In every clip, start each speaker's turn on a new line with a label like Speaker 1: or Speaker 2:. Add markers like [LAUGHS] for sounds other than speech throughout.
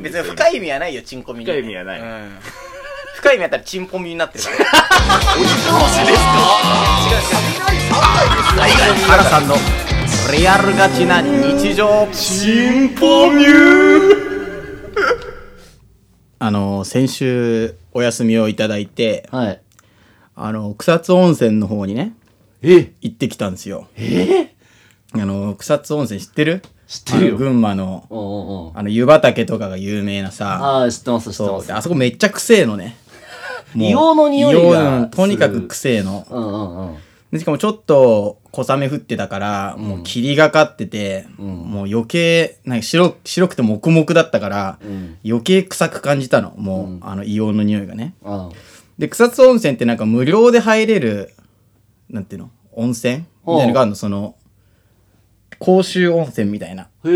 Speaker 1: 別に深い意味はないよ、チンコミに。
Speaker 2: 深い意味はない
Speaker 1: うん。深い意味あったらチンポミになってるから。原さんのリアルガチな日常
Speaker 2: チンポミュー
Speaker 1: あの先週お休みをいただいて
Speaker 2: はい。
Speaker 1: あの草津温泉の方にね
Speaker 2: え
Speaker 1: 行ってきたんですよ
Speaker 2: え
Speaker 1: あの草津温泉知ってる
Speaker 2: 知ってる
Speaker 1: あの
Speaker 2: よ。
Speaker 1: 群馬の
Speaker 2: おうんうんうん。
Speaker 1: あの湯畑とかが有名なさ
Speaker 2: ああ、知ってます、知って
Speaker 1: そ
Speaker 2: ま
Speaker 1: う
Speaker 2: す
Speaker 1: で。あそこめっちゃくせえの
Speaker 2: [LAUGHS]
Speaker 1: ねもう
Speaker 2: 硫黄の匂いが
Speaker 1: 硫黄のとにか
Speaker 2: す
Speaker 1: く
Speaker 2: る
Speaker 1: くせえの
Speaker 2: うんうんうん。
Speaker 1: でしかもちょっと小雨降ってたから、もう霧がかってて、もう余計、なんか白白くて黙々だったから、
Speaker 2: ん
Speaker 1: 余計臭く感じたの。もう、あの硫黄の匂いがね。
Speaker 2: あ
Speaker 1: で、草津温泉ってなんか無料で入れる、なんていうの温泉みたいなのがあるの、その、公衆温泉みたいな。
Speaker 2: あへ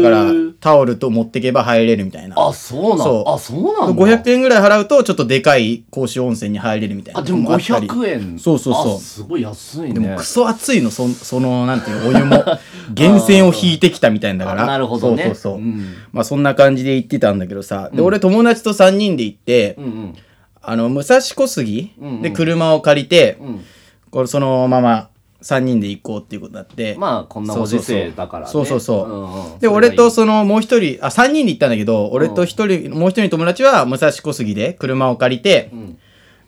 Speaker 1: だから、タオルと持ってけば入れるみたいな。
Speaker 2: あ、そうな
Speaker 1: そ
Speaker 2: ん
Speaker 1: う
Speaker 2: あ、そうなんだ。
Speaker 1: 500円ぐらい払うと、ちょっとでかい公衆温泉に入れるみたいな。
Speaker 2: あ、でも500円。
Speaker 1: そうそうそう
Speaker 2: あすごい安い
Speaker 1: でも
Speaker 2: ね
Speaker 1: ク。ソ熱いの、そその、なんていうの、お湯
Speaker 2: [LAUGHS]
Speaker 1: も、源泉を引いてきたみたいだから。
Speaker 2: あなるほどね
Speaker 1: そうそうそう。
Speaker 2: うん
Speaker 1: まあそんな感じで行ってたんだけどさ。で、俺友達と3人で行って、
Speaker 2: うんうん。
Speaker 1: あの、武蔵小杉
Speaker 2: うんうん
Speaker 1: で車を借りて、
Speaker 2: うん。
Speaker 1: これそのまま3人で行こうっていうことになって。
Speaker 2: まあ、こんなご時世だからね。
Speaker 1: そうそうそう。
Speaker 2: んうん
Speaker 1: で、俺と
Speaker 2: そ
Speaker 1: そのもう一人、あ、3人で行ったんだけど、俺と一人、もう一人の友達は武蔵小杉で車を借りて、
Speaker 2: れがいいうん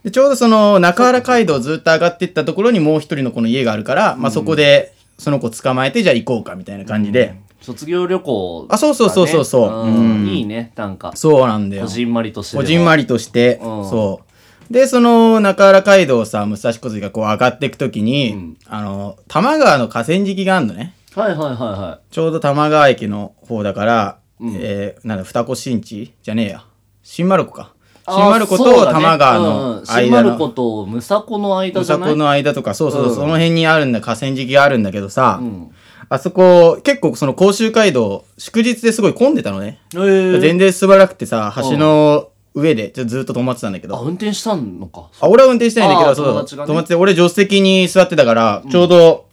Speaker 1: でちょうどその中原街道ずっと上がっていったところにもう一人の子の家があるから、まあそこでその子捕まえてじゃあ行こうかみたいな感じで、
Speaker 2: 卒業旅行だね。
Speaker 1: あそうそうそうそうそう
Speaker 2: うん
Speaker 1: うん
Speaker 2: いいね、なんか。
Speaker 1: そうなんだよ
Speaker 2: こじんまりとして。
Speaker 1: こじん
Speaker 2: り。
Speaker 1: まりとして、
Speaker 2: うん
Speaker 1: そうでその中原街道をさ武蔵小杉がこう上がっていくときに、
Speaker 2: うん
Speaker 1: あの多摩川の河川敷があるのね
Speaker 2: はいはいはいは
Speaker 1: ちょうど多摩川駅の方だから、
Speaker 2: うん
Speaker 1: えーなんだ二子新地じゃねえや新丸子か
Speaker 2: い。
Speaker 1: 新丸子と
Speaker 2: そ
Speaker 1: 多
Speaker 2: うだね
Speaker 1: 摩川
Speaker 2: う
Speaker 1: の
Speaker 2: ん新
Speaker 1: 間の、
Speaker 2: 丸子とムサコの間
Speaker 1: 武
Speaker 2: じゃ
Speaker 1: 蔵
Speaker 2: ない
Speaker 1: 小の間とか、そうそうそう、
Speaker 2: うん
Speaker 1: その辺にあるんだ、河川敷があるんだけどさ、
Speaker 2: うん。
Speaker 1: あそこ、結構その甲州街道、祝日ですごい混んでたのね。
Speaker 2: えー
Speaker 1: 全然素晴らくてさ、橋の上で、ちょっとずっと止まってたんだけ
Speaker 2: あ、
Speaker 1: ど、
Speaker 2: 運転したのか。
Speaker 1: あ、俺は運転してないんだけ
Speaker 2: あ
Speaker 1: ど、そ
Speaker 2: ー
Speaker 1: う、
Speaker 2: 友達がね
Speaker 1: 止まってて、俺助手席に座ってたから、ちょうど、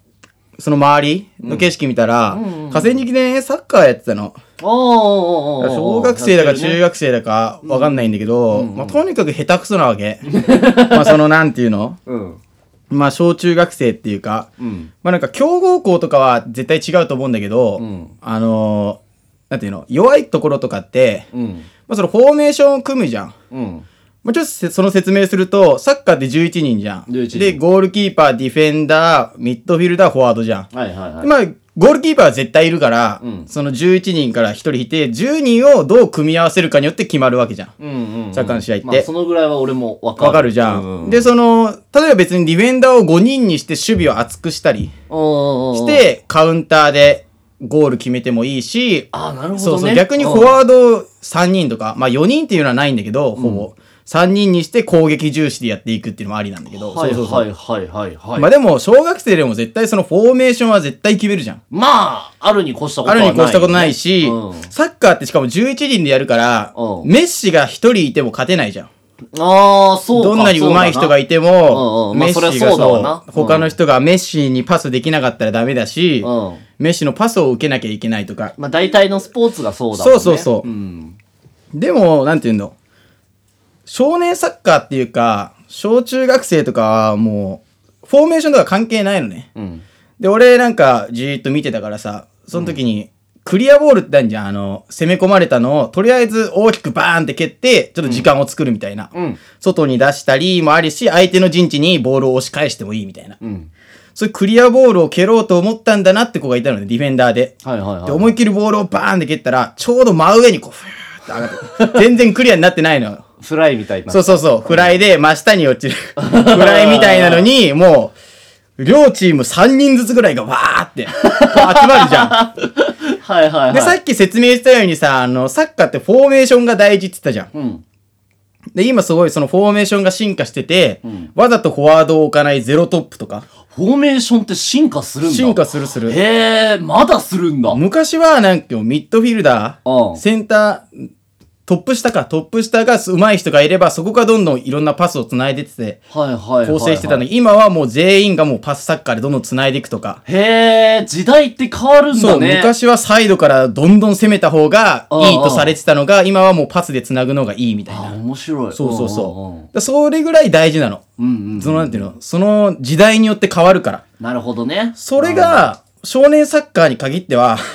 Speaker 1: その周りの景色見たら、河川敷でねサッカーやってたの。
Speaker 2: ああ、ああ、ああ。
Speaker 1: 小学生だか中
Speaker 2: 学
Speaker 1: 学生だかわかんないんだけど、まあ、とにかく下手くそなわけ。まあその、なんていうの
Speaker 2: うん。
Speaker 1: まあ小中学生っていうか、
Speaker 2: うん。
Speaker 1: まあなんか強豪校とかは絶対違うと思うんだけど、
Speaker 2: うん
Speaker 1: あのーなんていうの弱いところとかって、
Speaker 2: うん。
Speaker 1: まあ、そのフォーメーションを組むじゃん。
Speaker 2: うん。
Speaker 1: まあ、ちょっとせその説明すると、サッカーって11人じゃん。
Speaker 2: 11人
Speaker 1: で、ゴールキーパー、ディフェンダー、ミッドフィルダー、フォワードじゃん。
Speaker 2: はいはいはい。
Speaker 1: まあ、ゴールキーパーは絶対いるから、
Speaker 2: うん
Speaker 1: その11人から1人いて、10人をどう組み合わせるかによって決まるわけじゃん。
Speaker 2: うんうんうん。
Speaker 1: サッカーの試合って
Speaker 2: まあそのぐらいは俺もわかる。
Speaker 1: わかるじゃん。
Speaker 2: う
Speaker 1: で、その、例えば別にディフェンダーを5人にして守備を厚くしたり、
Speaker 2: うん
Speaker 1: し
Speaker 2: うんうん、
Speaker 1: て、カウンターでゴール決めてもいいし、
Speaker 2: あーなるほど、ね。
Speaker 1: そうそう、逆にフォ
Speaker 2: ー
Speaker 1: ワードを3人とか、まあ4人っていうのはないんだけど、ほぼ。3人にして攻撃重視でやっていくっていうのもありなんだけど、
Speaker 2: はい
Speaker 1: そうそう
Speaker 2: は
Speaker 1: そ。
Speaker 2: いうはいはいは
Speaker 1: ま
Speaker 2: い。ま
Speaker 1: あでも、小学生でも絶対そのフォーメーションは絶対決めるじゃん。
Speaker 2: あ、あるに越したこと
Speaker 1: あ
Speaker 2: は
Speaker 1: る
Speaker 2: ない、
Speaker 1: に越したことないし
Speaker 2: うん、
Speaker 1: サッカーってしかも11人でやるから
Speaker 2: う、ん
Speaker 1: メッシが1人いても勝てないじゃん。
Speaker 2: ああ、そうか。
Speaker 1: どんなに上手い人が
Speaker 2: い
Speaker 1: いて
Speaker 2: うんう
Speaker 1: も、
Speaker 2: んまあ
Speaker 1: メッシ
Speaker 2: そりゃ
Speaker 1: が
Speaker 2: そうだわな
Speaker 1: そう、他の人がメッシにパスできなかったらダメだし
Speaker 2: う、ん。
Speaker 1: メッシのパスを受けなきゃいけないとか。
Speaker 2: まあ大体のスポーツがそうだもんね。
Speaker 1: そうそうそう
Speaker 2: うん。
Speaker 1: でも、なんて言うんだ少年サッカーっていうか、小中学生とかはもう、フォーメーションとか関係ないのね。
Speaker 2: うん。
Speaker 1: で、俺なんかじーっと見てたからさ、その時に、クリアボールってあるじゃん。あの、攻め込まれたのを、とりあえず大きくバーンって蹴って、ちょっと時間を作るみたいな。
Speaker 2: うん。
Speaker 1: 外に出したりもありし、相手の陣地にボールを押し返してもいいみたいな。
Speaker 2: うん。
Speaker 1: そういうクリアボールを蹴ろうと思ったんだなって子がいたのね、ディフェンダーで。
Speaker 2: はいはいはい。
Speaker 1: で、思いっきりボールをバーンって蹴ったら、ちょうど真上にこう、ふーって上がって、全然クリアになってないのよ。
Speaker 2: フライみたいな。
Speaker 1: そうそうそう、フライで真下に落
Speaker 2: [LAUGHS]
Speaker 1: ちる。フライみたいなのに、もう、両チーム3人ずつぐらいがわーって、こう集まるじゃ
Speaker 2: はいはい [LAUGHS] はい。
Speaker 1: ん。で、さっき説明したようにさ、あの、サッカーってフォーメーションが大事って言ったじゃん。
Speaker 2: うん。
Speaker 1: で、今すごいそのフォーメーションが進化してて、わざとフォワードを置かないゼロトップとか、
Speaker 2: フォーメーションって進化するんだ。
Speaker 1: 進化するする。
Speaker 2: へえ、まだするんだ。
Speaker 1: 昔はなんかミッドフィルダ
Speaker 2: う
Speaker 1: ー、
Speaker 2: ん
Speaker 1: センター、トップ下か、トップ下が上手い人がいれば、そこがどんどんいろんなパスを繋いでって、
Speaker 2: はいはい。
Speaker 1: 構成してたの
Speaker 2: に。
Speaker 1: に、今はもう全員がもうパスサッカーでどんどん繋いでいくとか。
Speaker 2: へえ、時代って変わるん
Speaker 1: そ
Speaker 2: だ
Speaker 1: う、
Speaker 2: ね。。
Speaker 1: 昔はサイドからどんどん攻めた方がいいとされてたのが、今はもうパスで繋ぐのがいいみたい
Speaker 2: あ、
Speaker 1: な。
Speaker 2: 面白い。
Speaker 1: そうそうそう。だそれぐらい大事なの。
Speaker 2: うんうん。うんうん。
Speaker 1: そのなんていうの、その時代によって変わるから。
Speaker 2: なるほどね。
Speaker 1: それが、少年サッカーに限っては、 [LAUGHS]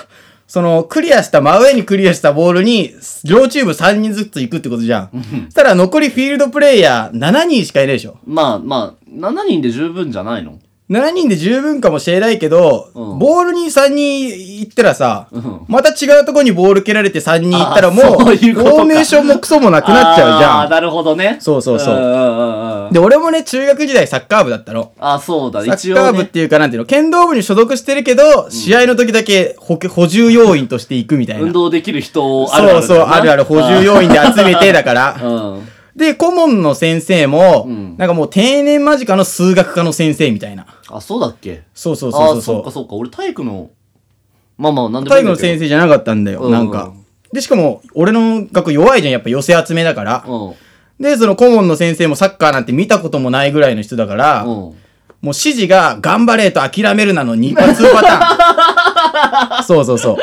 Speaker 1: その、クリアした、真上にクリアしたボールに、両チーム3人ずつ行くってことじゃん。そしたら残りフィールドプレイヤー7人しかいないでしょ。
Speaker 2: まあまあ、7人で十分じゃないの
Speaker 1: 7人で十分かもしれないけど、
Speaker 2: うん
Speaker 1: ボールに3人行ったらさ、
Speaker 2: うん
Speaker 1: また違うとこにボール蹴られて3人行ったらもう、
Speaker 2: あーそういうことか
Speaker 1: フォーメーションもクソもなくなっちゃうじ
Speaker 2: あ
Speaker 1: ゃ
Speaker 2: ーなるほどね。
Speaker 1: そうそうそうん
Speaker 2: んうんうん
Speaker 1: ん。で、俺もね、中学時代サッカー部だったの。
Speaker 2: あ、そうだ、
Speaker 1: サ
Speaker 2: 一
Speaker 1: ッ
Speaker 2: 応
Speaker 1: カー部っ
Speaker 2: ね。
Speaker 1: ていうかなんていうの、剣道部に所属してるけど、試合の時だけ補補充要員として行くみたいな。
Speaker 2: 運動できる人あるあ
Speaker 1: そう
Speaker 2: る。
Speaker 1: そう、あるある補充要員で集めてだか
Speaker 2: う
Speaker 1: ら。
Speaker 2: ん。うん。
Speaker 1: で、顧問の先生も、
Speaker 2: ん
Speaker 1: なんかもう定年間近の数学科の先生みたいな。
Speaker 2: あ、そうだっけ
Speaker 1: そうそう
Speaker 2: あ
Speaker 1: そ
Speaker 2: ー
Speaker 1: う
Speaker 2: そ
Speaker 1: そ
Speaker 2: っか
Speaker 1: う。
Speaker 2: そっか。俺体育の、まあまあ、なんでも
Speaker 1: 体
Speaker 2: いい
Speaker 1: 育
Speaker 2: んだ
Speaker 1: の
Speaker 2: け
Speaker 1: 先
Speaker 2: ど。
Speaker 1: 生じゃなかったんだよ、
Speaker 2: うん
Speaker 1: なんか。で、しかも、俺の学校弱いじゃん、やっぱ寄せ集めだから。で、その顧問の先生もサッカーなんて見たこともないぐらいの人だから、もう
Speaker 2: うん。うん。
Speaker 1: 指示が、頑張れと諦めるなの2パ2パターン。そうそうそう。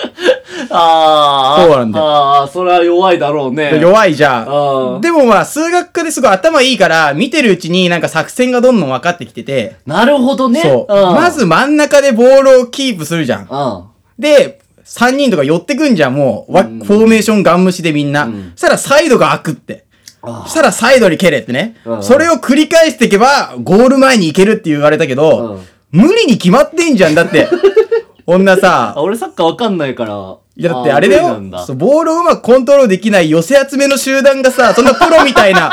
Speaker 2: ああ。
Speaker 1: そうなんだよ
Speaker 2: ああ、それは弱いだろうね。
Speaker 1: 弱いじゃ
Speaker 2: うん
Speaker 1: ん。でもまあ、数学科ですごい頭いいから、見てるうちになんか作戦がどんどん分かってきてて、
Speaker 2: なるほどね。
Speaker 1: そう。
Speaker 2: ん
Speaker 1: ま、ず真ん中でボールをキープするじゃん。
Speaker 2: うん。
Speaker 1: で、3人とか寄ってくんじゃん、もう。わフォーメーションガン無視でみんな。そしたらサイドが開くって。そしたらサイドに蹴れってね
Speaker 2: う。ん
Speaker 1: それを繰り返していけば、ゴール前に行けるって言われたけど、無理に決まってんじゃん、だって。 [LAUGHS] 女さ
Speaker 2: あ、、俺サッカーわかんないから。
Speaker 1: いやだってあれだ
Speaker 2: ー無理
Speaker 1: よ
Speaker 2: なんだ
Speaker 1: そうボールをうまくコントロールできない寄せ集めの集団がさ、そんなプロみたい
Speaker 2: [LAUGHS]
Speaker 1: な、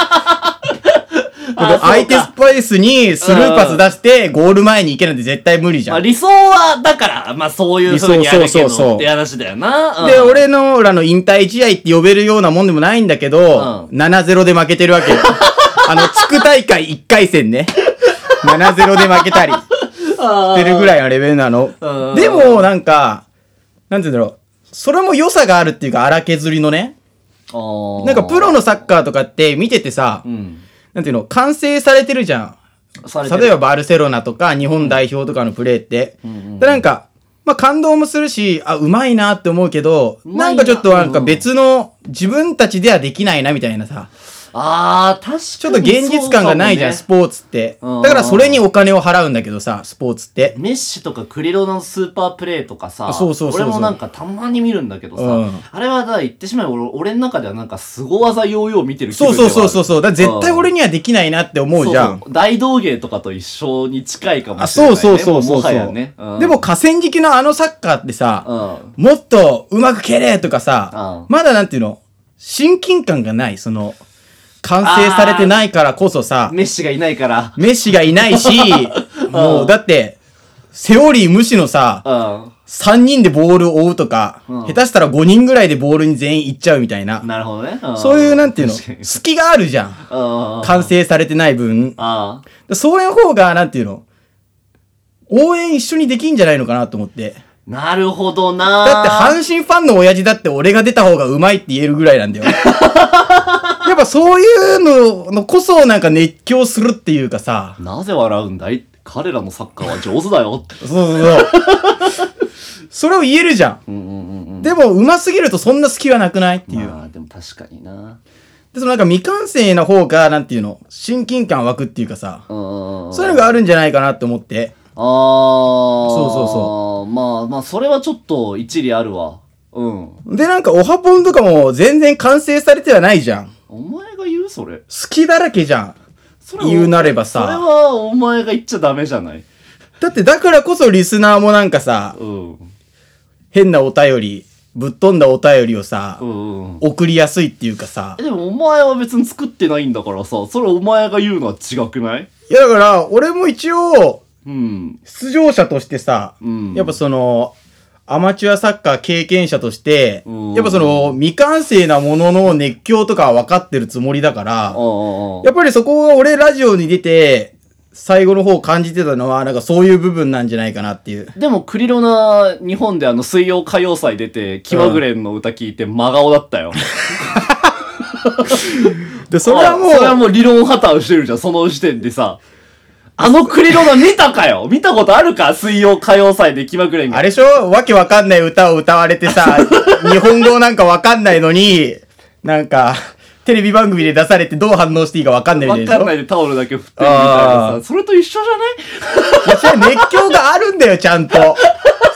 Speaker 2: あ
Speaker 1: 相手
Speaker 2: そう
Speaker 1: ス
Speaker 2: か
Speaker 1: パイスにスルーパス出して、ゴール前に行けるなんて絶対無理じ
Speaker 2: ま
Speaker 1: ゃ
Speaker 2: あ
Speaker 1: ん。
Speaker 2: 理想は、だから、まあそういう風にやるけ
Speaker 1: そうそうそう
Speaker 2: ど
Speaker 1: そう
Speaker 2: って話だよな。うん
Speaker 1: で、、俺のらの引退試合って呼べるようなもんでもないんだけど、
Speaker 2: う
Speaker 1: 7-0で負けてるわけ
Speaker 2: [LAUGHS]
Speaker 1: よ。あの、地区大会1回戦ね。7-0で負けたりし
Speaker 2: あ
Speaker 1: てるぐらいのレベルなの
Speaker 2: うん。
Speaker 1: でも、なんか、なんて言うんだろう。それも良さがあるっていうか、荒削りのね。
Speaker 2: ー
Speaker 1: なんかプロのサッカーとかって見ててさ、
Speaker 2: うん。
Speaker 1: なんていうの、完成されてるじゃん。
Speaker 2: されてる
Speaker 1: 例えばバルセロナとか日本代表とかのプレーって、でなんか、まあ、感動もするし、あ、うまいなって思うけど、
Speaker 2: うま
Speaker 1: ない
Speaker 2: な
Speaker 1: か
Speaker 2: ん
Speaker 1: ちょっとなんか別の自分たちではできないなみたいなさ、
Speaker 2: あー、確かに。
Speaker 1: ちょっと現実感がないじゃん、
Speaker 2: そう
Speaker 1: スポ
Speaker 2: か
Speaker 1: ーツって。
Speaker 2: うん
Speaker 1: だからそれにお金を払うんだけどさ、スポーツって
Speaker 2: も。ねメッシとかクリロのスーパープレーとかさ、
Speaker 1: あそうそうそうそう
Speaker 2: 俺もなんかたまに見るんだけどさ、
Speaker 1: うん
Speaker 2: あれはだ、言ってしまえば俺俺の中ではなんか凄技ヨーヨー見てる気分
Speaker 1: そうそうそうそう
Speaker 2: そ
Speaker 1: そう。だから絶対俺にはできないなって思うじゃん。
Speaker 2: そ大道芸とかと一緒に近いかも
Speaker 1: あ、
Speaker 2: しれない、
Speaker 1: そう
Speaker 2: ね。
Speaker 1: そうそうそ
Speaker 2: も
Speaker 1: う
Speaker 2: も
Speaker 1: そ
Speaker 2: は
Speaker 1: う
Speaker 2: やね。うん
Speaker 1: でも、河川敷のあのサッカーってさ、
Speaker 2: うん。
Speaker 1: もっとうまく蹴れとかさ、
Speaker 2: う
Speaker 1: まだなんていうの親近感がない、その、完成されてないからこそさ、
Speaker 2: メッシがいないから。
Speaker 1: メッシがいない
Speaker 2: [LAUGHS]
Speaker 1: し、もうだって、セオリー無視のさ、
Speaker 2: う
Speaker 1: 3人でボールを追うとか、
Speaker 2: うん
Speaker 1: 下手したら5人ぐらいでボールに全員行っちゃうみたいな、
Speaker 2: ん。なるほどね。
Speaker 1: そういうなんていうの、
Speaker 2: 確かに
Speaker 1: 隙があるじゃん。
Speaker 2: うん。
Speaker 1: 完成されてない分。
Speaker 2: あ
Speaker 1: そういう方が、なんていうの、応援一緒にできんじゃないのかなと思って。
Speaker 2: あ。なるほどな
Speaker 1: だって阪神ファンの親父だって俺が出た方がうまいって言えるぐらいなんだ
Speaker 2: [LAUGHS]
Speaker 1: よ。やっぱそういうののこそなんか熱狂するっていうかさ。
Speaker 2: なぜ笑うんだい彼らのサッカーは上手だよっ
Speaker 1: そ
Speaker 2: て。
Speaker 1: うそう [LAUGHS] そう。それを言えるじゃ
Speaker 2: うんうんうんうん
Speaker 1: ん。。でもうますぎるとそんな好きはなくないっていう。
Speaker 2: まあ、でも確かにな
Speaker 1: で、そのなんか未完成な方がなんていうの、親近感湧くっていうかさ。
Speaker 2: うんうんうん
Speaker 1: そういうのがあるんじゃないかなって思って。
Speaker 2: ああ
Speaker 1: そうそう
Speaker 2: そうまあまあそれはちょっと一理あるわうん
Speaker 1: で、なんかオハポンとかも全然完成されてはないじゃん。好
Speaker 2: お前が言うそれ
Speaker 1: きだらけじゃん。
Speaker 2: それは
Speaker 1: 言うなれば
Speaker 2: それ
Speaker 1: さ。
Speaker 2: はお前が言っちゃダメじゃない
Speaker 1: だってだからこそリスナーもなんかさ、
Speaker 2: うん
Speaker 1: 変なお便り、ぶっ飛んだお便りをさ、
Speaker 2: うんうん
Speaker 1: 送りやすいっていうかさ
Speaker 2: え。でもお前は別に作ってないんだからさそれお前が言うのは違くない
Speaker 1: いやだから、俺も一応、
Speaker 2: うん
Speaker 1: 出場者としてさ、
Speaker 2: うん
Speaker 1: やっぱその、アマチュアサッカー経験者として、
Speaker 2: うん
Speaker 1: やっぱその、未完成なものの熱狂とかは分かってるつもりだか
Speaker 2: あ
Speaker 1: ら
Speaker 2: あ、ああ
Speaker 1: やっぱりそこが俺ラジオに出て、最後の方感じてたのは、なんかそういう部分なんじゃないかなっていう。
Speaker 2: でもクリロナ日本であの水曜歌謡祭出て気まぐれんの歌聞いて真顔だったよ、
Speaker 1: で、それはも
Speaker 2: [LAUGHS] あそれは
Speaker 1: う、
Speaker 2: もう理論破綻してるじゃん、その時点でさ。あのクリロナ見たかよ見たことあるか水曜歌謡祭で気まぐれに。
Speaker 1: あれでしょわけわかんない歌を歌われて
Speaker 2: [LAUGHS]
Speaker 1: さ、日本語なんかわかんないのに、なんか、テレビ番組で出されてどう反応していいかわかんないみ
Speaker 2: わ
Speaker 1: たいな
Speaker 2: かん
Speaker 1: でしょ
Speaker 2: ないでタオルだけ振ってるみたいな
Speaker 1: あ
Speaker 2: さ。それと一緒
Speaker 1: い
Speaker 2: じゃ
Speaker 1: やそれ熱狂があるんだよ、ちゃんと。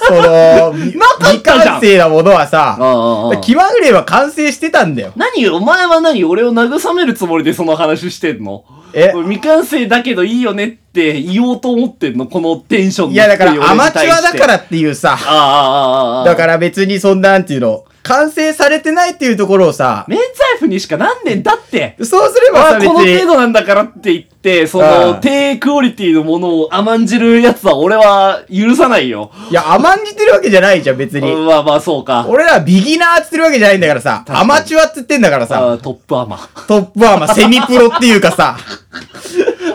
Speaker 1: その、未
Speaker 2: なかったじゃん
Speaker 1: 完成なものは [LAUGHS] さ、
Speaker 2: ない
Speaker 1: 気まぐれは完成してたんだよ。
Speaker 2: 何お前は何俺を慰めるつもりでその話してんの
Speaker 1: え
Speaker 2: 未完成だけどいいよねって言おうと思ってんのこのテンションの
Speaker 1: いや、だか
Speaker 2: 低い
Speaker 1: ら
Speaker 2: 俺
Speaker 1: ア
Speaker 2: に
Speaker 1: マチュアだから
Speaker 2: 対して
Speaker 1: っていうさ、
Speaker 2: ああああああああ
Speaker 1: だから別にそんなんていうの、完成されてないっていうところをさ、
Speaker 2: 免罪符にしかなんねんだ
Speaker 1: [LAUGHS]
Speaker 2: って
Speaker 1: そうすれば
Speaker 2: ま
Speaker 1: さ、
Speaker 2: あ、
Speaker 1: 別
Speaker 2: この程
Speaker 1: に、
Speaker 2: 度なんだからって言って、そ
Speaker 1: あ
Speaker 2: の、
Speaker 1: あ
Speaker 2: 低クオリティのものを甘んじるやつは俺は許さないよ。
Speaker 1: いや、甘んじてるわけじゃないじゃん、別に。
Speaker 2: まあまあ、そうか。
Speaker 1: 俺らビギナーって言ってるわけじゃないんだからさ、
Speaker 2: かに
Speaker 1: アマチュアって言ってんだから
Speaker 2: あ
Speaker 1: さ、
Speaker 2: あトップアマ。
Speaker 1: トップアマ、セミプロっていうか [LAUGHS] さ、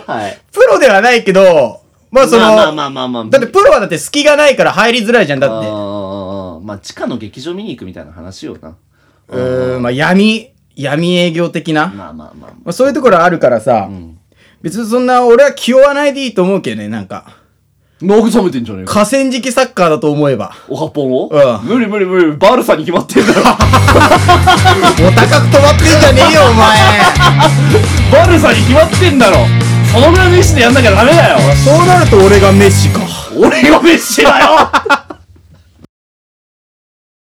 Speaker 2: はい。
Speaker 1: プロではないけど、まあその、
Speaker 2: まあまあまあまあまあ。
Speaker 1: だってプロはだって隙がないから入りづらいじゃん、だって。
Speaker 2: ああまあ、地下の劇場見に行くみたいな話よな。
Speaker 1: うーん、まあ闇、闇営業的な。ま
Speaker 2: まあまあまあまあ。
Speaker 1: あそういうところあるからさ、別にそんな俺は気負わないでいいと思うけどね、なんか。
Speaker 2: 慰めてんじゃねえか。
Speaker 1: 河川敷サッカーだと思えば。
Speaker 2: おはぽんを
Speaker 1: うん
Speaker 2: 無理無理無理。バルサに決まってんだ
Speaker 1: [LAUGHS] お
Speaker 2: ろ。
Speaker 1: 高く止まってんじゃねえよ、お前。[LAUGHS]
Speaker 2: [LAUGHS] バルサに決まってんだろ。そのぐらいの意思でやんなきゃダメだよ。
Speaker 1: そうなると俺がメッシか。
Speaker 2: 俺がメッシだよ